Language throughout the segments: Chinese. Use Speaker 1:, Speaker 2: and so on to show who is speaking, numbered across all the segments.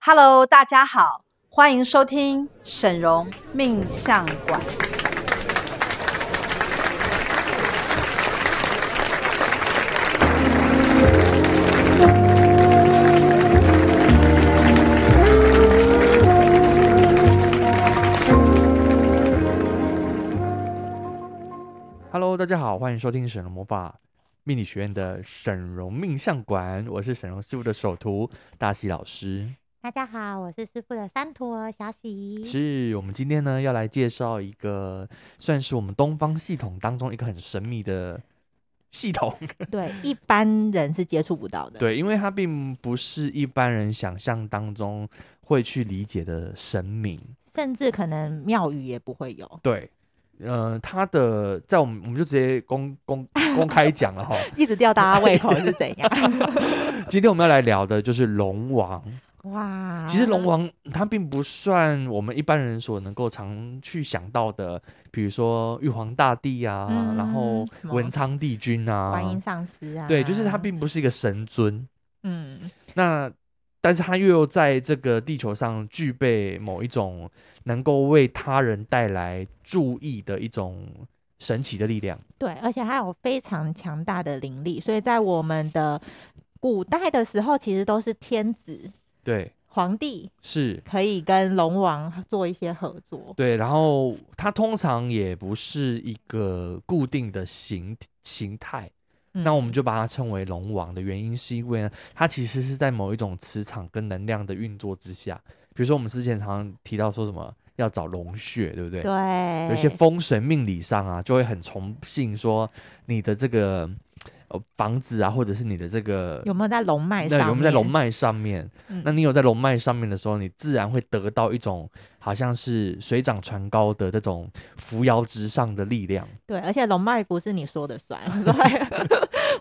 Speaker 1: Hello，大家好，欢迎收听沈荣命相馆。
Speaker 2: Hello，大家好，欢迎收听沈龙魔法命理学院的沈荣命相馆，我是沈荣师傅的首徒大喜老师。
Speaker 3: 大家好，我是师傅的三坨小
Speaker 2: 嗯
Speaker 3: 喜。
Speaker 2: 是我们今天呢要来介绍一个算是我们东方系统当中一个很神秘的系统，
Speaker 3: 对，一般人是接触不到 的。，
Speaker 2: 对，因为它并不是一般人想象当中会去理解的神明，
Speaker 3: 甚至可能庙宇也不会有，
Speaker 2: 对。呃，它的在我们我们就直接公公公开讲 了哈。
Speaker 3: 一直吊大家胃口是怎样？
Speaker 2: 今天我们要来聊的就是龙王，
Speaker 3: 哇，
Speaker 2: 其实龙王它并不算我们一般人所能够常去想到的，比如说玉皇大帝啊，然后
Speaker 3: 嗯什么
Speaker 2: 文昌帝君
Speaker 3: 观音
Speaker 2: 啊，
Speaker 3: 上师啊，
Speaker 2: 对，就是它并不是一个神尊。
Speaker 3: 嗯，
Speaker 2: 那但是它又在这个地球上具备某一种能够为他人带来注意的一种神奇的力量。
Speaker 3: 对，而且它有非常强大的灵力，所以在我们的古代的时候，其实都是天子、
Speaker 2: 对，
Speaker 3: 皇帝
Speaker 2: 是。
Speaker 3: 可以跟龙王做一些合作。
Speaker 2: 对，然后它通常也不是一个固定的形形态，那我们
Speaker 3: 嗯
Speaker 2: 就把它称为龙王的原因，是因为呢，它其实是在某一种磁场跟能量的运作之下。比如说，我们之前常常提到说什么要找龙穴，对不对？
Speaker 3: 对
Speaker 2: 有一些风水命理上啊，就会很崇信说你的这个呃房子啊，或者是你的这个
Speaker 3: 有没有在龙脉上
Speaker 2: 那
Speaker 3: 面？
Speaker 2: 有没有在龙脉上面？
Speaker 3: 嗯？
Speaker 2: 那你有在龙脉上面的时候，你自然会得到一种好像是水涨船高的这种扶摇直上的力量。
Speaker 3: 对，而且龙脉不是你说的算， 对，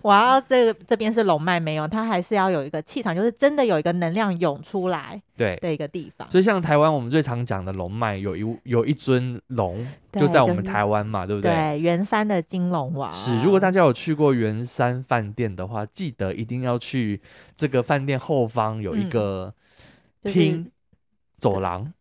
Speaker 3: 我要这个这边是龙脉没有，它还是要有一个气场，就是真的有一个能量涌出来
Speaker 2: 对，
Speaker 3: 的一个地方。
Speaker 2: 所以像台湾我们最常讲的龙脉，有一有一尊龙
Speaker 3: 对
Speaker 2: 就在我
Speaker 3: 就
Speaker 2: 们
Speaker 3: 是
Speaker 2: 台湾嘛，对不对？
Speaker 3: 对，圆山的金龙王
Speaker 2: 是，如果大家有去过圆山饭店的话，记得一定要去这个饭店后方有一
Speaker 3: 嗯
Speaker 2: 个
Speaker 3: 就是
Speaker 2: 厅、走廊，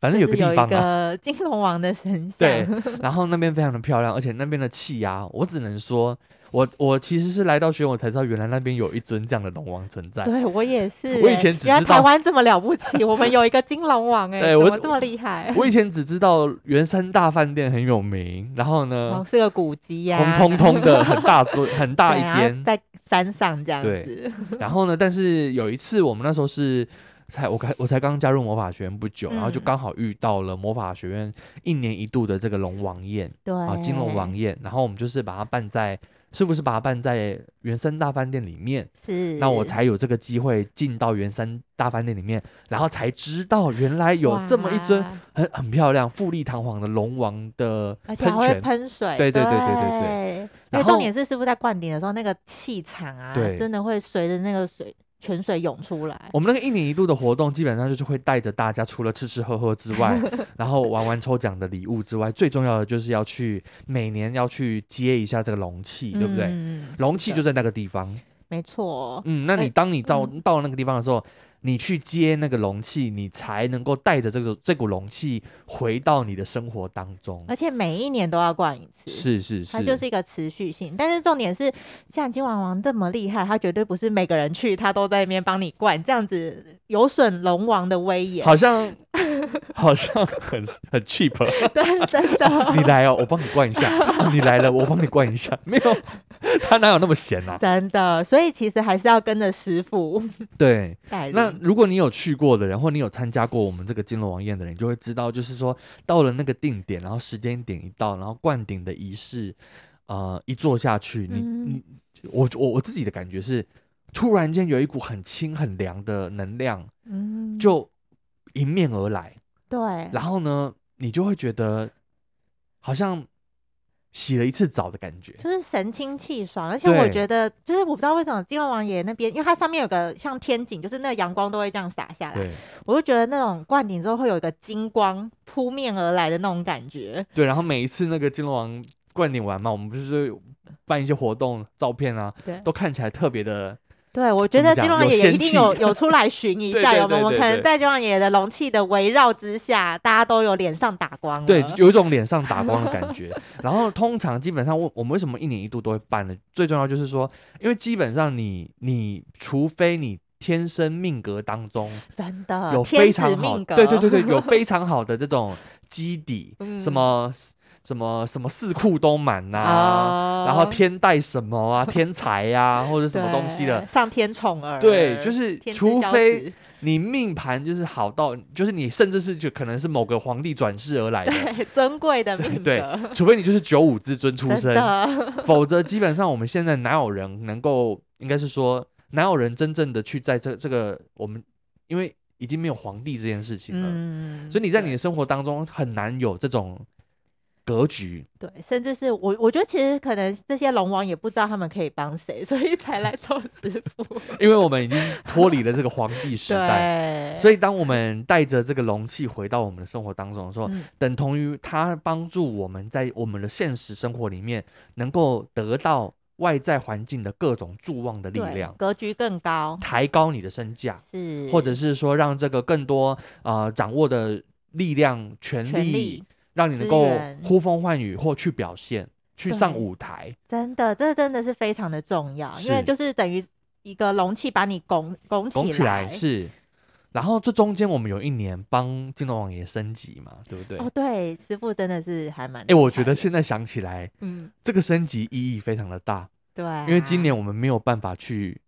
Speaker 2: 反正
Speaker 3: 就
Speaker 2: 有
Speaker 3: 是
Speaker 2: 个地方
Speaker 3: 有一
Speaker 2: 啊。
Speaker 3: 个金龙王的神 像，
Speaker 2: 对，然后那边非常的漂亮，而且那边的气压，我只能说，我我其实是来到学院我才知道，原来那边有一尊这样的龙王存在。
Speaker 3: 对我也是欸，
Speaker 2: 我以前只
Speaker 3: 原来
Speaker 2: 知道
Speaker 3: 台湾这么了不起，我们有一个金龙王，哎，
Speaker 2: 对
Speaker 3: 怎
Speaker 2: 我
Speaker 3: 么这么厉害？
Speaker 2: 我以前只知道圆山大饭店很有名，然后呢，
Speaker 3: 哦，是个古迹呀，
Speaker 2: 嗯红彤彤 的，很大桌，很大
Speaker 3: 对
Speaker 2: 一
Speaker 3: 然后
Speaker 2: 间。
Speaker 3: 在山上这样
Speaker 2: 对
Speaker 3: 子，
Speaker 2: 然后呢，但是有一次我们那时候是才我刚我才刚加入魔法学院不久，然后就
Speaker 3: 嗯
Speaker 2: 刚好遇到了魔法学院一年一度的这个龙王宴
Speaker 3: 对，
Speaker 2: 啊，金龙王宴。然后我们就是把它办在，师傅是把它办在圆山大饭店里面，
Speaker 3: 是，
Speaker 2: 那我才有这个机会进到圆山大饭店里面，然后才知道原来有这么一尊
Speaker 3: 哇
Speaker 2: 很很漂亮、富丽堂皇的龙王的
Speaker 3: 而
Speaker 2: 喷
Speaker 3: 且还会
Speaker 2: 泉。
Speaker 3: 喷水，
Speaker 2: 对对
Speaker 3: 对
Speaker 2: 对对对对
Speaker 3: 对因
Speaker 2: 然
Speaker 3: 为
Speaker 2: 后
Speaker 3: 重点是师傅在灌顶的时候，那个气场啊，
Speaker 2: 对哦
Speaker 3: 真的会随着那个水泉水涌出来。
Speaker 2: 我们那个一年一度的活动，基本上就是会带着大家，除了吃吃喝喝之 外，然后玩玩抽奖的礼物之外，最重要的就是要去每年要去接一下这个龙气，对不对？
Speaker 3: 嗯
Speaker 2: 龙气就是
Speaker 3: 的
Speaker 2: 在那个地方。
Speaker 3: 没错，
Speaker 2: 嗯，那你
Speaker 3: 哎
Speaker 2: 当你到、到那个地方的时候，你去接那个龙气，你才能够带着这个这股龙气回到你的生活当中。
Speaker 3: 而且每一年都要灌一次，
Speaker 2: 是是是，
Speaker 3: 哎它就是一个持续性。但是重点是，像金王王这么厉害，他绝对不是每个人去他都在那边帮你灌，这样子有损龙王的威严。
Speaker 2: 好像好像很 很 cheap，
Speaker 3: 对，真的，
Speaker 2: 你来哦，我帮你灌一 下、啊你来了，我帮你灌一下。没有，他哪有那么闲啊？
Speaker 3: 真的。所以其实还是要跟着师傅
Speaker 2: 对，
Speaker 3: 带路。
Speaker 2: 那如果你有去过的人，或你有参加过我们这个金龙王宴的人，你就会知道，就是说到了那个定点，然后时间点一到，然后灌顶的仪式，呃，一做下去，你、
Speaker 3: 嗯
Speaker 2: 你我我我自己的感觉是，突然间有一股很轻很凉的能量
Speaker 3: 嗯，
Speaker 2: 就迎面而来，
Speaker 3: 对，
Speaker 2: 然后呢，你就会觉得好像洗了一次澡的感觉。
Speaker 3: 就是神清气爽，而且我
Speaker 2: 对
Speaker 3: 觉得，就是我不知道为什么金龙王爷那边，因为它上面有个像天井，就是那个阳光都会这样洒下来，
Speaker 2: 对
Speaker 3: 我就觉得那种灌顶之后会有一个金光扑面而来的那种感觉。
Speaker 2: 对，然后每一次那个金龙王灌顶完嘛，我们不是办一些活动照片啊，
Speaker 3: 对
Speaker 2: 都看起来特别的
Speaker 3: 对，我觉
Speaker 2: 怎么
Speaker 3: 得
Speaker 2: 讲
Speaker 3: 金王
Speaker 2: 有
Speaker 3: 爷也一
Speaker 2: 仙
Speaker 3: 定
Speaker 2: 气
Speaker 3: 有有出来寻一
Speaker 4: 对
Speaker 3: 下，
Speaker 4: 对
Speaker 3: 有没有？
Speaker 4: 对
Speaker 3: 我们
Speaker 4: 对
Speaker 3: 可能
Speaker 4: 对
Speaker 3: 在金王爷的容器的围绕之下，大家都有脸上打光了。
Speaker 2: 对，有一种脸上打光的 感觉。然后通常基本上我我们为什么一年一度都会办呢？最重要就是说，因为基本上你你除非你天生命格当中
Speaker 3: 真的
Speaker 2: 有
Speaker 3: 啊天
Speaker 2: 非
Speaker 3: 子
Speaker 2: 常好，
Speaker 3: 命格，哦
Speaker 2: 对对对对， 有非常好的这种基底，什
Speaker 3: 嗯
Speaker 2: 么什么什么四库都满呐、
Speaker 3: 啊
Speaker 2: 然后天带什么啊，天才呀、或者什么东西的
Speaker 3: 对，上天宠儿，
Speaker 2: 对就是
Speaker 3: 天之
Speaker 2: 除
Speaker 3: 骄
Speaker 2: 非
Speaker 3: 子
Speaker 2: 你命盘就是好到，就是你甚至是就可能是某个皇帝转世而来的，
Speaker 3: 对尊贵的命
Speaker 2: 对
Speaker 3: 格，
Speaker 2: 除非你就是九五至尊出
Speaker 3: 真
Speaker 2: 身，
Speaker 3: 的
Speaker 2: 否则基本上我们现在哪有人能够，应该是说哪有人真正的去在这这个我们，因为已经没有皇帝这件事情了，
Speaker 3: 嗯
Speaker 2: 呃所以你在
Speaker 3: 对
Speaker 2: 你的生活当中很难有这种格局。
Speaker 3: 对，甚至是我，我觉得其实可能这些龙王也不知道他们可以帮谁， 所以才来找师傅。
Speaker 2: 因为我们已经脱离了这个皇帝 时代，
Speaker 3: 对，
Speaker 2: 所
Speaker 3: 以
Speaker 2: 以当我们带着这个容器回到我们的生活当中的时候，
Speaker 3: 嗯
Speaker 2: 等同于它帮助我们在我们的现实生活里面能够得到外在环境的各种助望的力
Speaker 3: 对
Speaker 2: 量，
Speaker 3: 格局更高，
Speaker 2: 抬高你的身价，
Speaker 3: 是
Speaker 2: 或者是说让这个更多呃掌握的力量、权
Speaker 3: 权力。
Speaker 2: 让你能
Speaker 3: 资
Speaker 2: 够
Speaker 3: 源
Speaker 2: 呼风唤雨或去表现、去上
Speaker 3: 对
Speaker 2: 舞台。
Speaker 3: 真的，这真的是非常的重要，因为
Speaker 2: 是
Speaker 3: 就是等于一个容器把你拱拱起
Speaker 2: 拱起来是。然后这中间我们有一年帮金龙王爷升级嘛，对不对？
Speaker 3: 哦，对，师傅真的是还蛮……
Speaker 2: 哎，我觉得，现在想起来，
Speaker 3: 嗯，
Speaker 2: 这个升级意义非常的大，
Speaker 3: 对啊、
Speaker 2: 因为今年我们没有办法去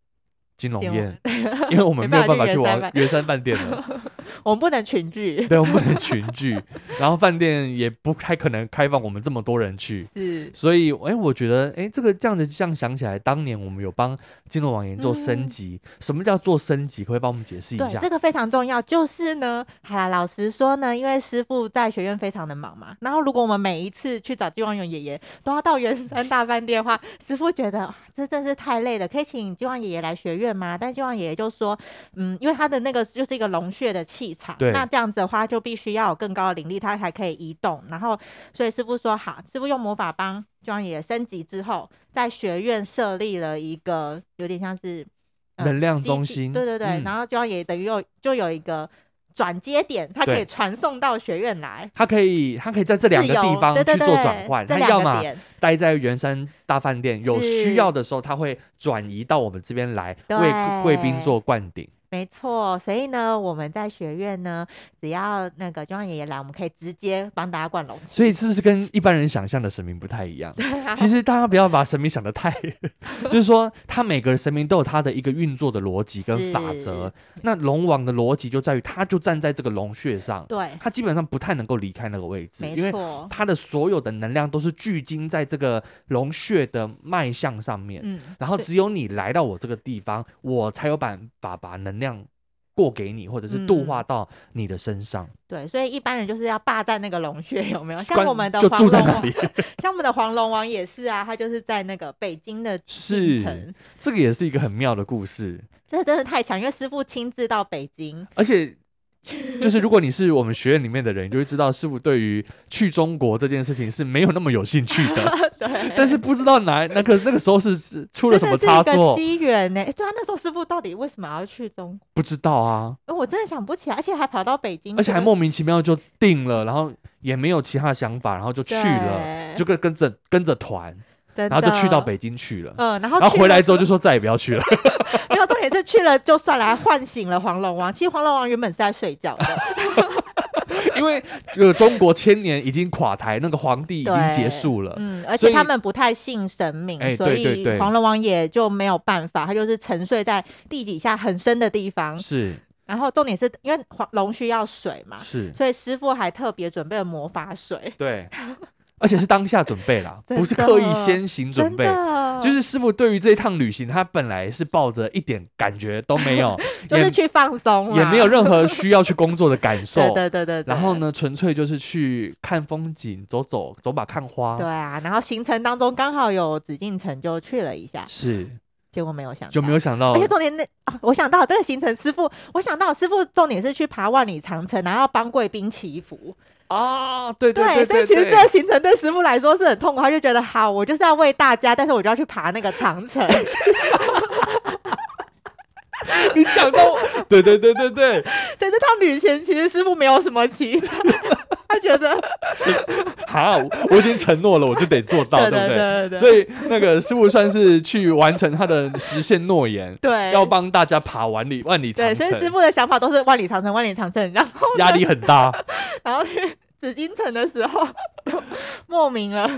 Speaker 2: 金龙
Speaker 3: 金
Speaker 2: 宴，
Speaker 3: 龙
Speaker 2: 因为我们没有办法去
Speaker 3: 没办
Speaker 2: 玩
Speaker 3: 法去
Speaker 2: 圆山饭店了，
Speaker 3: 我们不能群聚，
Speaker 2: 对，我们不 能群聚，然后饭店也不太可能开放我们这么多人去。
Speaker 3: 是
Speaker 2: 所以，哎，我觉得，哎，这个这样子这样想起来，当年我们有帮金龙王爷做升
Speaker 3: 嗯
Speaker 2: 级。什么叫做升级？可不可以帮我们解释一
Speaker 3: 对，
Speaker 2: 下
Speaker 3: 这。个非常重要。就是呢，好啦，老实说呢，因为师傅在学院非常的忙嘛，然后如果我们每一次去找金王勇爷爷都要到圆山大饭店的话，师傅觉得哇这真是太累了，可以请金王爷爷来学院吗？但金王爷爷就说，嗯，因为他的那个就是一个龙穴的气场，
Speaker 2: 对
Speaker 3: 那这样子的话就必须要有更高的灵力，它才可以移动。然后，所以师傅说好，师傅用魔法帮金王爷爷升级之后，在学院设立了一个有点像是。呃
Speaker 2: 能量
Speaker 3: 基
Speaker 2: 中
Speaker 3: 地
Speaker 2: 心
Speaker 3: 对对对，
Speaker 2: 嗯
Speaker 3: 然后就要也等于有就有一个转接点，它可
Speaker 2: 对
Speaker 3: 以传送到学院来。
Speaker 2: 他可以，他可以在这两
Speaker 3: 自
Speaker 2: 个地
Speaker 3: 由
Speaker 2: 方
Speaker 3: 对对
Speaker 2: 去做
Speaker 3: 对
Speaker 2: 转换。
Speaker 3: 这
Speaker 2: 他
Speaker 3: 两
Speaker 2: 要
Speaker 3: 个
Speaker 2: 么
Speaker 3: 点
Speaker 2: 待在圆山大饭店，有需要的时候他会转移到我们这边来，
Speaker 3: 对
Speaker 2: 为贵宾做灌顶。
Speaker 3: 没错，所以呢，我们在学院呢，只要那个中央爷爷来，我们可以直接帮大家灌龙气。
Speaker 2: 所以是不是跟一般人想象的神明不太一 样？
Speaker 3: 啊
Speaker 2: 其实大家不要把神明想的太， 就是说他每个神明都有他的一个运作的逻辑跟法则
Speaker 3: 是。
Speaker 2: 那龙王的逻辑就在于，他就站在这个龙穴上，
Speaker 3: 对，
Speaker 2: 他基本上不太能够离开那个位置，因
Speaker 3: 没
Speaker 2: 为
Speaker 3: 错，
Speaker 2: 他的所有的能量都是聚精在这个龙穴的脉象上面。
Speaker 3: 嗯，
Speaker 2: 然后
Speaker 3: 所以
Speaker 2: 只有你来到我这个地方，我才有办法把能量过给你，或者是度
Speaker 3: 嗯
Speaker 2: 化到你的身上。
Speaker 3: 对，所以一般人就是要霸占那个龙穴，有没有？像
Speaker 2: 关
Speaker 3: 我们的
Speaker 2: 就
Speaker 3: 黄
Speaker 2: 住在
Speaker 3: 龙
Speaker 2: 那
Speaker 3: 王，
Speaker 2: 里，
Speaker 3: 像我们的黄龙王也是啊，他就是在那个北京的进
Speaker 2: 是
Speaker 3: 城，
Speaker 2: 这个也是一个很妙的故事，
Speaker 3: 这真的太强，因为师傅亲自到北京，
Speaker 2: 而且。就是如果你是我们学院里面的人，你就会知道师傅对于去中国这件事情是没有那么有兴趣的。
Speaker 3: 对。
Speaker 2: 但是不知道哪那个那个时候是是出了什
Speaker 3: 真
Speaker 2: 么
Speaker 3: 的是
Speaker 2: 差
Speaker 3: 一个
Speaker 2: 错，
Speaker 3: 机缘呢？对啊，那时候师傅到底为什么要去中国？
Speaker 2: 不知道啊，
Speaker 3: 呃我真的想不起来，而且还跑到北京去，
Speaker 2: 而且还莫名其妙就定了，然后也没有其他想法，然后就去了，
Speaker 3: 对
Speaker 2: 就跟跟着跟着团，
Speaker 3: 真的，
Speaker 2: 然后就去到北京去了。
Speaker 3: 嗯，然后
Speaker 2: 然后
Speaker 3: 去
Speaker 2: 回来
Speaker 3: 了
Speaker 2: 之后就说再也不要 去了，
Speaker 3: 没有重点是去了就算了，还唤醒了黄龙王。其实黄龙王原本是在睡 觉的，
Speaker 2: 因为呃中国千年已经垮台，那个皇帝已经
Speaker 3: 对
Speaker 2: 结束了。
Speaker 3: 嗯，而
Speaker 2: 所
Speaker 3: 且
Speaker 2: 以
Speaker 3: 他们不太信神明，
Speaker 2: 哎
Speaker 3: 所
Speaker 2: 对对
Speaker 3: 以
Speaker 2: 对
Speaker 3: 黄龙王也就没有办法，他就是沉睡在地底下很深的地方。
Speaker 2: 是
Speaker 3: 然后重点是因为黄龙需要水嘛，
Speaker 2: 是，
Speaker 3: 所以师傅还特别准备了魔法水，
Speaker 2: 对，而且是当下准备啦，
Speaker 3: 真
Speaker 2: 不是
Speaker 3: 的
Speaker 2: 刻意先行准
Speaker 3: 真
Speaker 2: 备。
Speaker 3: 的
Speaker 2: 就是师傅对于这一趟旅行，他本来是抱着一点感觉都没 有，
Speaker 3: 就是去放松
Speaker 2: 也
Speaker 3: 啦，
Speaker 2: 也没有任 何需要去工作的感受。
Speaker 3: 对对对对对
Speaker 2: 然后？呢，纯粹就是去看风景、走走、走马看花。
Speaker 3: 对啊，然后行程当中刚好有紫禁城，就去了一下，
Speaker 2: 是
Speaker 3: 结果没有想到
Speaker 2: 就没有。想到
Speaker 3: 而且重点那、啊我想到这个行程，师傅，我想到师傅重点是去爬万里长城，然后要帮贵宾祈福。
Speaker 2: 啊，对对，
Speaker 3: 所以其实这个行程对师傅来说是很痛苦，他就 觉得好，我就是要为大家，但是我就要去爬那个长城。
Speaker 2: 你 讲到我， 对对对对对，
Speaker 3: 所以这趟旅行其实师傅没有什么期待，他觉得
Speaker 2: 好，我已经承诺了，我就得做到，对
Speaker 3: 对
Speaker 2: 不
Speaker 3: 对
Speaker 2: 对？
Speaker 3: 对对，
Speaker 2: 所以那个师傅算是去完成他的实现诺言，
Speaker 3: 对
Speaker 2: 要帮大家爬完里万里长
Speaker 3: 对，所
Speaker 2: 城，
Speaker 3: 以师傅的想法都是万里长城，万里长城，然后
Speaker 2: 压力很 大。
Speaker 3: 然后去紫禁城的时候， 莫名了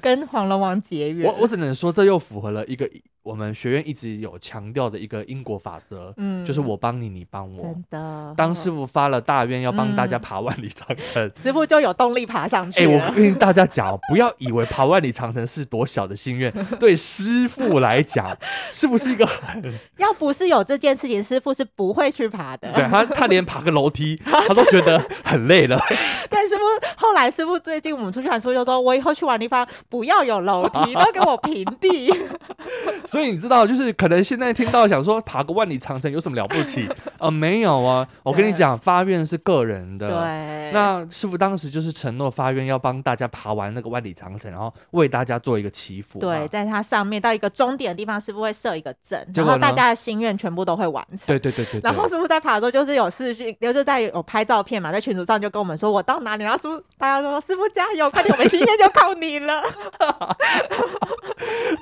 Speaker 3: 跟黄龙王结缘。
Speaker 2: 我我只能说，这又符合了一个我们学院一直有强调的一个因果法则，
Speaker 3: 嗯
Speaker 2: 就是我帮你，你帮我。
Speaker 3: 真的
Speaker 2: 当师傅发了大愿，要帮大家
Speaker 3: 嗯
Speaker 2: 爬万里长城。
Speaker 3: 师傅就有动力爬上
Speaker 2: 哎、
Speaker 3: 去
Speaker 2: 我
Speaker 3: 了。
Speaker 2: 跟大家讲哦，不要以为爬万里长城是多小的心愿，对师傅来讲，是不是一个很？
Speaker 3: 要不是有这件事情，师傅是不会去 爬
Speaker 2: 对
Speaker 3: 的。
Speaker 2: 他，他连爬个楼梯，他都觉得很累了。
Speaker 3: 但师傅后来，师傅最近我们出去玩，师傅就说：“我以后去玩地方不要有楼梯，都给我平 地。
Speaker 2: 所以你知道，就是可能现在听到想说爬个万里长城有什么了不 起？呃，没有啊，我跟你
Speaker 3: 对
Speaker 2: 讲，发愿是个人”的。
Speaker 3: 对，
Speaker 2: 那师傅当时就是承诺发愿要帮大家爬完那个万里长城，然后为大家做一个祈福嘛。
Speaker 3: 对，在它上面到一个终点的地方，师傅会设一个阵，
Speaker 2: 啊结
Speaker 3: 然
Speaker 2: 果
Speaker 3: 后大
Speaker 2: 呢
Speaker 3: 家的心愿全部都会完成。
Speaker 2: 对对对对对。
Speaker 3: 然后师傅在爬的时候，就是有视讯，就是在有拍照片嘛，在群组上就跟我们说我到哪里，然后师傅大家都说师傅加油，快点，我们心愿就靠你 了，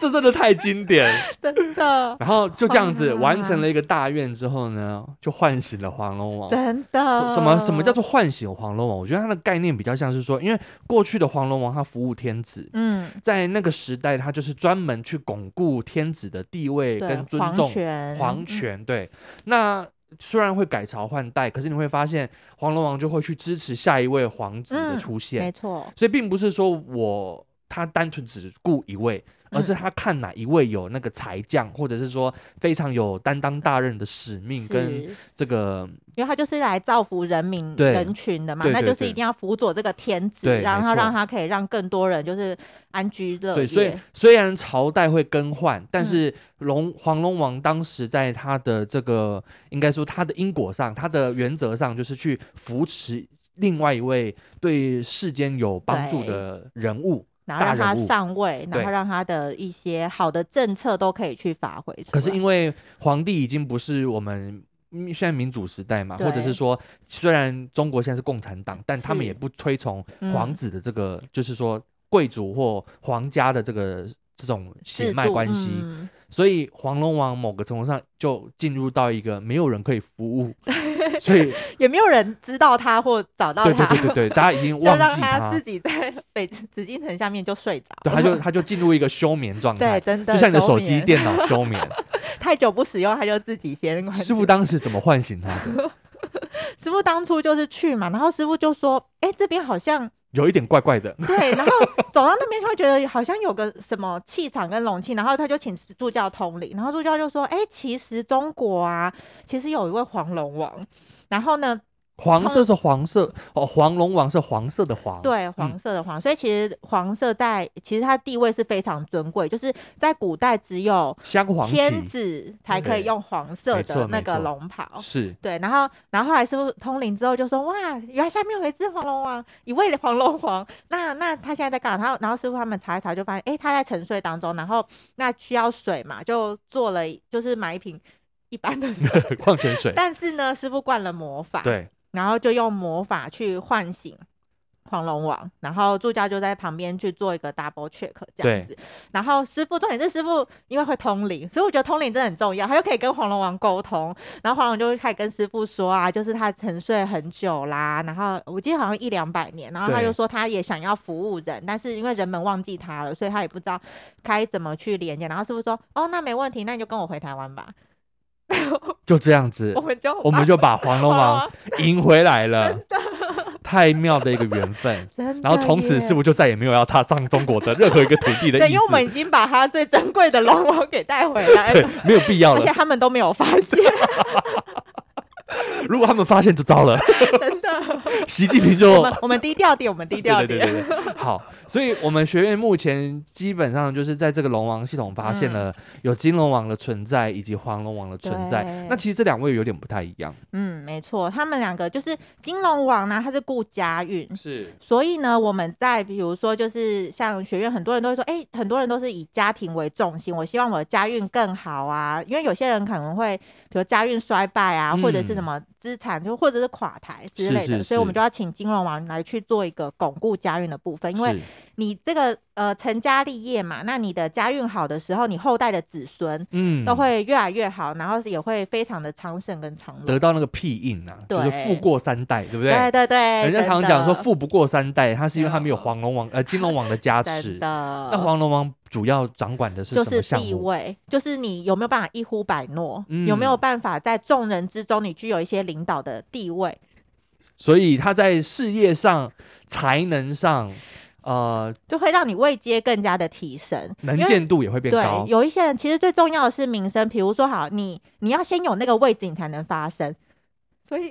Speaker 2: 这真的太经典。
Speaker 3: 真的，
Speaker 2: 然后就这样子
Speaker 3: 哇
Speaker 2: 完成了一个大愿之后呢，就唤醒了黄龙王。
Speaker 3: 真的。
Speaker 2: 哦什么什么叫？做唤醒黄龙王？我觉得它的概念比较像是说，因为过去的黄龙王他服务天子，
Speaker 3: 嗯，
Speaker 2: 在那个时代他就是专门去巩固天子的地位
Speaker 3: 对，
Speaker 2: 跟尊
Speaker 3: 皇
Speaker 2: 重
Speaker 3: 权，嗯
Speaker 2: 皇权。对，那虽然会改朝换代，可是你会发现黄龙王就会去支持下一位皇子的
Speaker 3: 嗯
Speaker 2: 出
Speaker 3: 没
Speaker 2: 现，
Speaker 3: 错，
Speaker 2: 所以并不是说我他单纯只顾一位，而
Speaker 3: 嗯
Speaker 2: 是他看哪一位有那个才将，或者是说非常有担当大任的使命跟
Speaker 3: 是
Speaker 2: 这个
Speaker 3: 因为他就是来造福人民
Speaker 2: 对
Speaker 3: 人群的嘛，
Speaker 2: 对
Speaker 3: 那
Speaker 2: 对
Speaker 3: 就是
Speaker 2: 对
Speaker 3: 一定要辅佐这个天子，
Speaker 2: 对
Speaker 3: 然
Speaker 2: 没
Speaker 3: 后让
Speaker 2: 错
Speaker 3: 他可以让更多人就是安居乐
Speaker 2: 对，所以
Speaker 3: 业。
Speaker 2: 虽然朝代会更换，但
Speaker 3: 嗯
Speaker 2: 是龙黄龙王当时在他的这个应该说他的因果上，他的原则上就是去扶持另外一位对世间有帮助
Speaker 3: 对
Speaker 2: 的人物。
Speaker 3: 然后
Speaker 2: 大
Speaker 3: 让他
Speaker 2: 人物
Speaker 3: 上位，然
Speaker 2: 对
Speaker 3: 后让他的一些好的政策都可以去发挥出来。
Speaker 2: 可是因为皇帝已经不是我们。嗯现在民主时代嘛，或者
Speaker 3: 对
Speaker 2: 是说，虽然中国现在是共产党，但他们
Speaker 3: 是
Speaker 2: 也不推崇
Speaker 3: 嗯
Speaker 2: 皇子的这个，就是说贵族或皇家的这个这种血
Speaker 3: 制
Speaker 2: 脉
Speaker 3: 度
Speaker 2: 关系。
Speaker 3: 嗯
Speaker 2: 所以黄龙王某个程度上就进入到一个没有人可以服务，所 以
Speaker 3: 也没有人知道他或找哦到
Speaker 2: 对对
Speaker 3: 他，
Speaker 2: 对对 对，大家已经
Speaker 3: 就
Speaker 2: 忘
Speaker 3: 让
Speaker 2: 记
Speaker 3: 他
Speaker 2: 他，
Speaker 3: 自己在 北紫禁城下面就睡着了，
Speaker 2: 对，他 就他就进入一个休眠状
Speaker 3: 对
Speaker 2: 态，
Speaker 3: 真的
Speaker 2: 就像你的
Speaker 3: 休
Speaker 2: 手机、
Speaker 3: 眠
Speaker 2: 电脑休 眠。
Speaker 3: 太久不使用，他就自己先。
Speaker 2: 师傅当时怎么唤醒他的？
Speaker 3: 师傅当初就是去嘛，然后师傅就说：“哎、这边好像
Speaker 2: 有一点怪怪 的，
Speaker 3: 对，然后走到那边就会觉得好像有个什么气场跟容器，然后他就请助教通灵，然后助教就说：“哎、其实中国啊，其实有一位黄龙王，然后呢，
Speaker 2: 黄色是黄色哦，黄龙王是黄色的黄，
Speaker 3: 对，黄色的黄，所以其实黄色在其实它地位是非常尊贵，就是在古代只有
Speaker 2: 镶黄
Speaker 3: 天
Speaker 2: 旗
Speaker 3: 子才可
Speaker 2: 对
Speaker 3: 以用黄色
Speaker 2: 没错
Speaker 3: 的那
Speaker 2: 没
Speaker 3: 个
Speaker 2: 错
Speaker 3: 龙袍。
Speaker 2: 是
Speaker 3: 对，然后，然后后来师傅通灵之后就说，哇，原来下面有一只黄龙王，一位的黄龙王，那那他现在在干嘛？然后，然后师傅他们查一查就发现，哎，他在沉睡当中，然后那需要水嘛，就做了一，就是买一瓶一般的水，
Speaker 2: 矿泉水，
Speaker 3: 但是呢，师傅灌了魔法，
Speaker 2: 对，
Speaker 3: 然后就用魔法去唤醒黄龙王，然后助教就在旁边去做一个 double check 这
Speaker 2: 对
Speaker 3: 样子。然后师傅重点是师傅因为会通灵，所以我觉得通灵真的很重要，他就可以跟黄龙王沟通。然后黄龙就会开始跟师傅说啊，就是他沉睡很久啦，然后我记得好像一两百年，然后他
Speaker 2: 对
Speaker 3: 就说他也想要服务人，但是因为人们忘记他了，所以他也不知道该怎么去连接。然后师傅说，哦，那没问题，那你就跟我回台湾吧。
Speaker 2: 就这样子
Speaker 3: 我，哦们就
Speaker 2: 我们就把黄龙王
Speaker 3: 哇
Speaker 2: 迎回来了，太妙的一个缘分。
Speaker 3: 真
Speaker 2: 然后
Speaker 3: 的
Speaker 2: 从此
Speaker 3: 耶
Speaker 2: 师傅就再也没有要踏上中国的任何一个土地的意思。
Speaker 3: 对，因为我们已经把他最珍贵的龙王给带回来
Speaker 2: 对
Speaker 3: 了，
Speaker 2: 没有必要
Speaker 3: 而且
Speaker 2: 了。
Speaker 3: 他 们都没有发现，
Speaker 2: 如果他们发现就糟了。
Speaker 3: 真的。
Speaker 2: 习近平
Speaker 3: 我
Speaker 2: 就
Speaker 3: 们我们低调点，我们低调
Speaker 2: 对
Speaker 3: 点。
Speaker 2: 哦对对对对，好，所以我们学院目前基本上就是在这个龙王系统发现
Speaker 3: 嗯
Speaker 2: 了有金龙王的存在以及黄龙王的存在。那
Speaker 3: 对
Speaker 2: 其实这两位有点不太一样，
Speaker 3: 嗯，没错，他们两个就是金龙王呢，它是顾家运，
Speaker 2: 是
Speaker 3: 所以呢，我们在比如说，就是像学院，很多人都会说，哎、很多人都是以家庭为重心，我希望我的家运更好啊。因为有些人可能会，比如家运衰败啊，或者
Speaker 2: 嗯
Speaker 3: 是什么资产就或者是垮台之
Speaker 2: 是
Speaker 3: 类的，
Speaker 2: 是
Speaker 3: 所以我们
Speaker 2: 是
Speaker 3: 就要请金融王来去做一个巩固家运的部分，因为你这个呃成家立业嘛，那你的家运好的时候，你后代的子孙
Speaker 2: 嗯
Speaker 3: 都会越来越好，然后也会非常的昌盛跟长
Speaker 2: 得
Speaker 3: 隆。
Speaker 2: 到那个屁印啊，就是
Speaker 3: 对
Speaker 2: 富过三代，对不对？
Speaker 3: 对对对，
Speaker 2: 人家
Speaker 3: 真
Speaker 2: 常讲说
Speaker 3: 的
Speaker 2: 富不过三代，他是因为他没有黄龙王呃金龙王的加持
Speaker 3: 真。的，
Speaker 2: 那黄龙王主要掌管的是
Speaker 3: 啊就
Speaker 2: 什
Speaker 3: 是
Speaker 2: 么项
Speaker 3: 地
Speaker 2: 目？
Speaker 3: 位，就是你有没有办法一呼百诺，有没有
Speaker 2: 嗯
Speaker 3: 办法在众人之中你具有一些领导的地位，
Speaker 2: 所以他在事业上、才能上，呃，
Speaker 3: 就会让你位阶更加的提升。
Speaker 2: 能
Speaker 3: 因为
Speaker 2: 见度也会变
Speaker 3: 对
Speaker 2: 高，。
Speaker 3: 有一些人其实最重要的是名声，比如说好，你你要先有那个位置，你才能发声。所以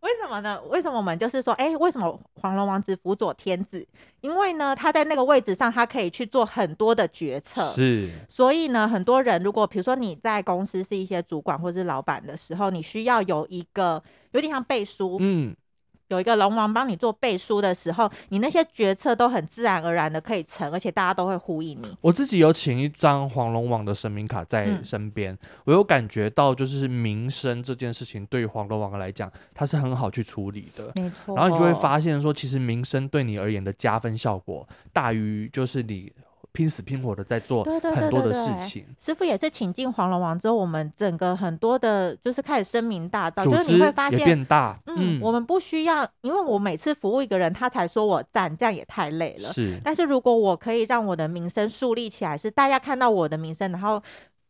Speaker 3: 为什么呢？为什么我们就是说，哎、为什么黄龙王子辅佐天子？因为呢，他在那个位置上，他可以去做很多的决策。
Speaker 2: 是
Speaker 3: 所以呢，很多人如果比如说你在公司是一些主管或是老板的时候，你需要有一个有点像背书，
Speaker 2: 嗯，
Speaker 3: 有一个龙王帮你做背书的时候，你那些决策都很自然而然的可以成，而且大家都会呼应你。
Speaker 2: 我自己有请一张黄龙王的神明卡在
Speaker 3: 嗯
Speaker 2: 身边，我有感觉到就是名声这件事情对于黄龙王来讲，它是很好去处理的。
Speaker 3: 没错
Speaker 2: 然后你就会发现说，其实名声对你而言的加分效果大于就是你拼死拼活的在做
Speaker 3: 对对对
Speaker 2: 很多的
Speaker 3: 对
Speaker 2: 事
Speaker 3: 对
Speaker 2: 情。
Speaker 3: 师傅也是请进黄龙王之后，我们整个很多的就是开始声名大噪，
Speaker 2: 组
Speaker 3: 就是
Speaker 2: 织
Speaker 3: 你会发
Speaker 2: 也
Speaker 3: 现。
Speaker 2: 变大，
Speaker 3: 嗯，我们不需要，因为我每次服务一个人，他才说我赞，这样也太累了。
Speaker 2: 是
Speaker 3: 但是如果我可以让我的名声树立起来，是大家看到我的名声，然后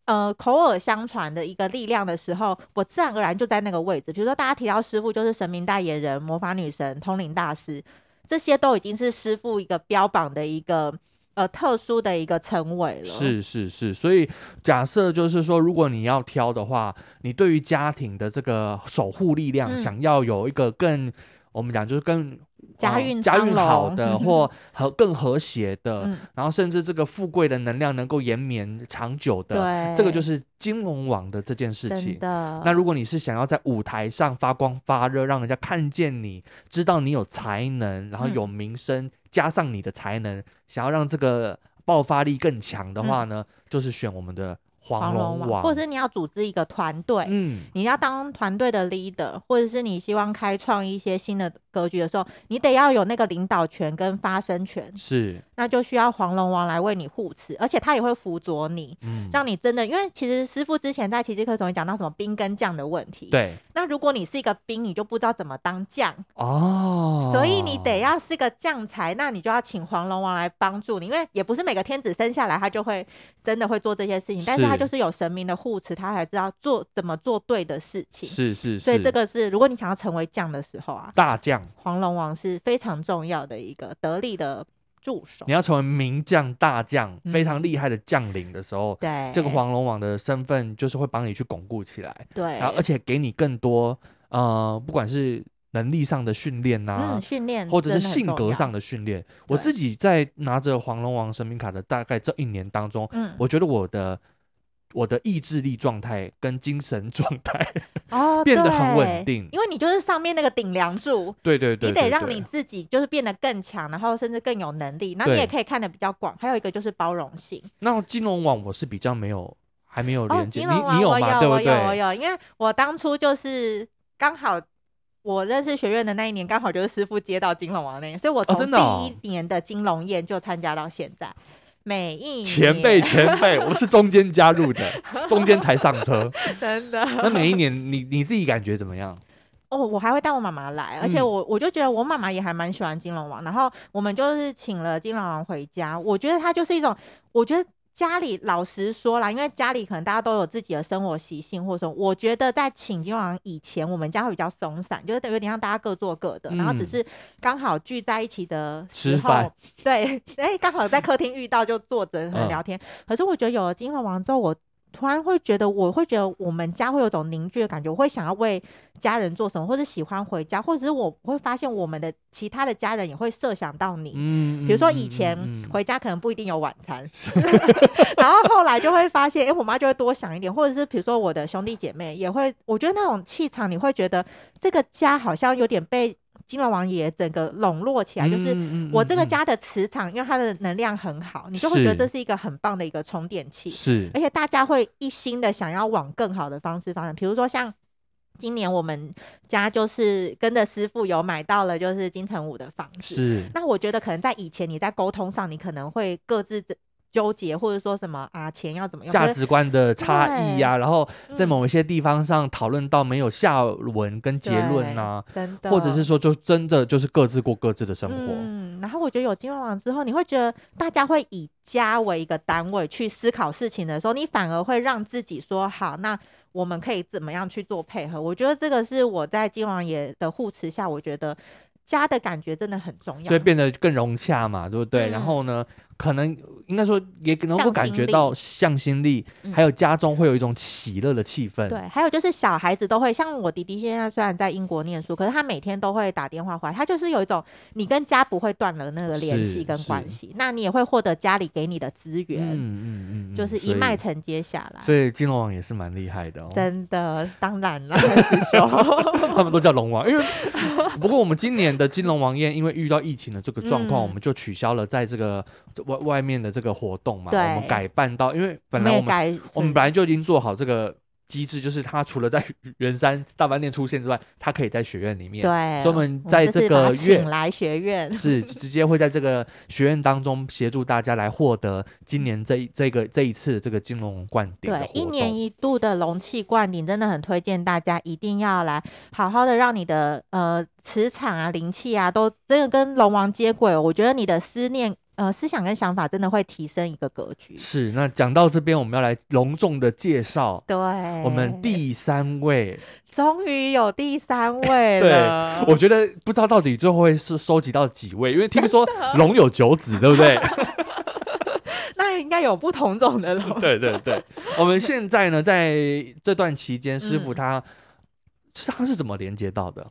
Speaker 3: 呃口耳相传的一个力量的时候，我自然而然就在那个位置。比如说大家提到师傅就是神明代言人、魔法女神、通灵大师，这些都已经是师傅一个标榜的一个呃特殊的一个称谓了。，
Speaker 2: 是是是，所以假设就是说，如果你要挑的话，你对于家庭的这个守护力量，
Speaker 3: 嗯
Speaker 2: 想要有一个更我们讲就是更
Speaker 3: 家
Speaker 2: 呃
Speaker 3: 运
Speaker 2: 家
Speaker 3: 昌
Speaker 2: 运好
Speaker 3: 隆
Speaker 2: 的或和更和谐的，
Speaker 3: 嗯，
Speaker 2: 然后甚至这个富贵的能量能够延绵长久的，
Speaker 3: 对，
Speaker 2: 这个就是金龙王的这件事
Speaker 3: 真
Speaker 2: 情。
Speaker 3: 的。
Speaker 2: 那如果你是想要在舞台上发光发热，让人家看见你，知道你有才能，然后
Speaker 3: 嗯
Speaker 2: 有名声，加上你的才能，想要让这个爆发力更强的话呢，就是选我们的黄
Speaker 3: 嗯黄
Speaker 2: 龙
Speaker 3: 龙
Speaker 2: 王，
Speaker 3: 王，或者是你要组织一个团队，
Speaker 2: 嗯，
Speaker 3: 你要当团队的 leader，或者是你希望开创一些新的格局的时候，你得要有那个领导权跟发声权，
Speaker 2: 是，
Speaker 3: 那就需要黄龙王来为你护持，而且他也会辅佐你，
Speaker 2: 嗯，
Speaker 3: 让你真的，因为其实师傅之前在奇迹课总也讲到什么兵跟将的问题。，
Speaker 2: 对
Speaker 3: 那如果你是一个兵，你就不知道怎么当将，
Speaker 2: 哦，
Speaker 3: 所以你得要是个将才，那你就要请黄龙王来帮助你，因为也不是每个天子生下来他就会真的会做这些事情，但是他
Speaker 2: 是
Speaker 3: 就是有神明的护持，他才知道做怎么做对的事情。
Speaker 2: 是是
Speaker 3: 所以
Speaker 2: 是，
Speaker 3: 这个是，如果你想要成为将的时候啊，
Speaker 2: 大将，
Speaker 3: 黄龙王是非常重要的一个得力的助手
Speaker 2: 你。要成为名将大将，非常
Speaker 3: 嗯
Speaker 2: 厉害的将领的时候。
Speaker 3: 对，
Speaker 2: 这个黄龙王的身份就是会帮你去巩固起来，
Speaker 3: 对，
Speaker 2: 然后而且给你更多呃，不管是能力上的训练呐、
Speaker 3: 嗯，训练
Speaker 2: 啊或者是
Speaker 3: 真的很
Speaker 2: 性
Speaker 3: 重
Speaker 2: 格
Speaker 3: 要
Speaker 2: 上，的训练。我
Speaker 3: 对
Speaker 2: 自己在拿着黄龙王神明卡的大概这一年当中，
Speaker 3: 嗯，
Speaker 2: 我觉得我的我的意志力状态跟精神状 态，
Speaker 3: 哦
Speaker 2: 变得很稳
Speaker 3: 对
Speaker 2: 定
Speaker 3: 因为你就是上面那个顶梁柱。
Speaker 2: 对对对
Speaker 3: 你
Speaker 2: 对
Speaker 3: 得让
Speaker 2: 对
Speaker 3: 你自己就是变得更强，然后甚至更有能力，那你
Speaker 2: 对
Speaker 3: 也可以看得比较广。还有一个就是包容性
Speaker 2: 那金融网我是比较没有还没有
Speaker 3: 哦，
Speaker 2: 连接，
Speaker 3: 金
Speaker 2: 你
Speaker 3: 融王
Speaker 2: 你
Speaker 3: 我
Speaker 2: 吗？
Speaker 3: 有
Speaker 2: 对不
Speaker 3: 我有我
Speaker 2: 对？
Speaker 3: 有，因为我当初就是刚好我认识学院的那一年，刚好就是师傅接到金龙王那一年，所以我从
Speaker 2: 真
Speaker 3: 第
Speaker 2: 的哦
Speaker 3: 一年的金龙宴就参加到现在，每一
Speaker 2: 前辈，
Speaker 3: 年
Speaker 2: 前辈，我是中间加入 的，中间才上车。
Speaker 3: 真的
Speaker 2: 那每一年，你你自己感觉怎么样？
Speaker 3: 哦，我还会带我妈妈来，而且
Speaker 2: 嗯
Speaker 3: 我我就觉得我妈妈也还蛮喜欢金龙王，然后我们就是请了金龙王回家，我觉得他就是一种，我觉得家里老实说啦，因为家里可能大家都有自己的生活习性或者什么，我觉得在请金龙王以前，我们家会比较松散，就是有点像大家各做各的，然后只
Speaker 2: 嗯
Speaker 3: 是刚好聚在一起的
Speaker 2: 吃
Speaker 3: 时
Speaker 2: 饭嗯
Speaker 3: 候， 对，哎，刚好在客厅遇到就坐着可能聊天，可是我觉得有了金龙王之后，我。突然会觉得，我会觉得我们家会有种凝聚的感觉，我会想要为家人做什么，或者喜欢回家，或者是我会发现我们的其他的家人也会设想到你。
Speaker 2: 嗯
Speaker 3: 比如说
Speaker 2: 嗯
Speaker 3: 以
Speaker 2: 嗯
Speaker 3: 前
Speaker 2: 嗯嗯
Speaker 3: 回家可能不一定有晚 餐， 然后后来就会发现，哎、我妈就会多想一点，或者是比如说我的兄弟姐妹也会，我觉得那种气场，你会觉得这个家好像有点被金龙王爷整个笼络起来，就是
Speaker 2: 嗯嗯
Speaker 3: 我这个
Speaker 2: 嗯嗯
Speaker 3: 家的磁场，因为它的能量很好，你就会觉得这
Speaker 2: 是
Speaker 3: 是一个很棒的一个充电器，
Speaker 2: 是
Speaker 3: 而且大家会一心的想要往更好的方式发展，比如说像。今年我们家就是跟着师傅有买到了，就是金城武的房子，
Speaker 2: 是
Speaker 3: 那我觉得可能在以前你在沟通上，你可能会各自的纠结，或者说什么啊，钱要怎么用，
Speaker 2: 价
Speaker 3: 可是
Speaker 2: 值观的差异呀、然后在
Speaker 3: 嗯
Speaker 2: 某一些地方上讨论到没有下文跟结论呐、
Speaker 3: 对真的，
Speaker 2: 或者是说就真的就是各自过各自的生活。
Speaker 3: 嗯，然后我觉得有金融网之后，你会觉得大家会以家为一个单位去思考事情的时候，你反而会让自己说好，那我们可以怎么样去做配合？我觉得这个是我在金王爷的护持下，我觉得家的感觉真的很重要。
Speaker 2: 所以变得更融洽嘛，对不对？
Speaker 3: 嗯
Speaker 2: 然后呢，可能应该说也能够
Speaker 3: 向
Speaker 2: 感
Speaker 3: 心
Speaker 2: 觉
Speaker 3: 力
Speaker 2: 到向心力，
Speaker 3: 嗯
Speaker 2: 还有家中会有一种喜乐的气氛。
Speaker 3: 对，还有就是小孩子都会，像我弟弟现在虽然在英国念书，可是他每天都会打电话回来，他就是有一种你跟家不会断了那个联
Speaker 2: 是
Speaker 3: 系跟关
Speaker 2: 是
Speaker 3: 系，那你也会获得家里给你的资
Speaker 2: 嗯，
Speaker 3: 源，
Speaker 2: 嗯嗯嗯，
Speaker 3: 就是
Speaker 2: 所
Speaker 3: 一
Speaker 2: 以
Speaker 3: 脉承接下来。
Speaker 2: 所以金龙王也是蛮厉害的哦，
Speaker 3: 真的，当然 了，师兄。
Speaker 2: 他们都叫龙王。因为不过我们今年的金龙王宴，因为遇到疫情的这个状况，
Speaker 3: 嗯
Speaker 2: 我们就取消了在这个外外面的这个活动嘛，
Speaker 3: 对
Speaker 2: 我们改办到，因为本来我
Speaker 3: 也
Speaker 2: 们
Speaker 3: 改嗯
Speaker 2: 我们本来就已经做好这个机制，就是它除了在圆山大饭店出现之外，它可以在学院里面。
Speaker 3: 对，
Speaker 2: 所以我们在
Speaker 3: 这
Speaker 2: 这
Speaker 3: 次把
Speaker 2: 个
Speaker 3: 他
Speaker 2: 月
Speaker 3: 请来学院，
Speaker 2: 是直接会在这个学院当中协助大家来获得今年这一这个这一次的这个金龙冠顶的
Speaker 3: 对，一
Speaker 2: 活
Speaker 3: 年
Speaker 2: 动
Speaker 3: 一度的容器灌顶真的很推荐大家一定要来，好好的让你的呃磁场啊、灵气啊都真的跟龙王接轨哦。我觉得你的思念、呃思想跟想法真的会提升一个格局。
Speaker 2: 是那讲到这边，我们要来隆重的介绍
Speaker 3: 对，
Speaker 2: 我们第三位，
Speaker 3: 终于有第三位
Speaker 2: 对
Speaker 3: 了。
Speaker 2: 我觉得不知道到底最后会是收集到几位，因为听说龙有九子，对不 对？
Speaker 3: 那应该有不同种的龙。
Speaker 2: 对对对，我们现在呢，在这段期间，师傅
Speaker 3: 嗯啊
Speaker 2: 他、是他是怎么连接到的？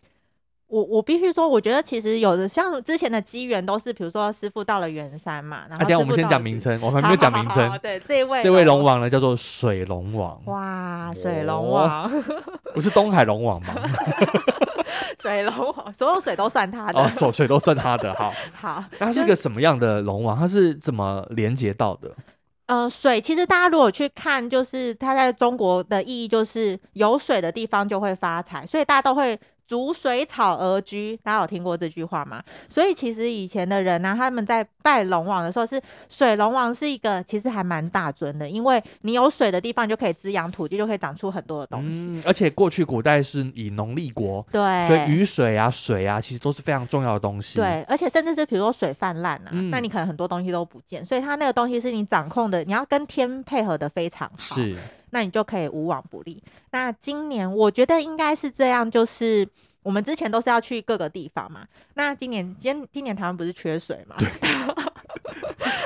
Speaker 3: 我我必须说，我觉得其实有的像之前的机缘都是，比如说师傅到了圆山嘛，然
Speaker 2: 啊，
Speaker 3: 后、
Speaker 2: 等一下我们先讲名，称，我们还
Speaker 3: 好
Speaker 2: 没有讲
Speaker 3: 好
Speaker 2: 名
Speaker 3: 好
Speaker 2: 称
Speaker 3: 好。 对，这位
Speaker 2: 这位龙。王呢，叫做水龙王，
Speaker 3: 哇，水龙
Speaker 2: 哦
Speaker 3: 王，
Speaker 2: 不是东海龙王吗？
Speaker 3: 水龙王，所有水都算他的。
Speaker 2: 哦，手水都算他的。好，
Speaker 3: 好，
Speaker 2: 那他是一个什么样的龙王？他是怎么连接到的？
Speaker 3: 呃，水其实大家如果去看，就是它在中国的意义就是有水的地方就会发财，所以大家都会。逐水草而居，大家有听过这句话吗？所以其实以前的人呢、他们在拜龙王的时候是水龙王是一个其实还蛮大尊的，因为你有水的地方就可以滋养土地，就可以长出很多的东西。
Speaker 2: 嗯，而且过去古代是以农立国，
Speaker 3: 对，
Speaker 2: 所以雨水啊、水啊，其实都是非常重要的东西。，
Speaker 3: 对，而且甚至是比如说水泛滥啊，那
Speaker 2: 嗯
Speaker 3: 你可能很多东西都不见，所以它那个东西是你掌控的，你要跟天配合的非常好。
Speaker 2: 是
Speaker 3: 那你就可以无往不利。那今年我觉得应该是这样，就是我们之前都是要去各个地方嘛。那今年今今年台湾不是缺水嘛，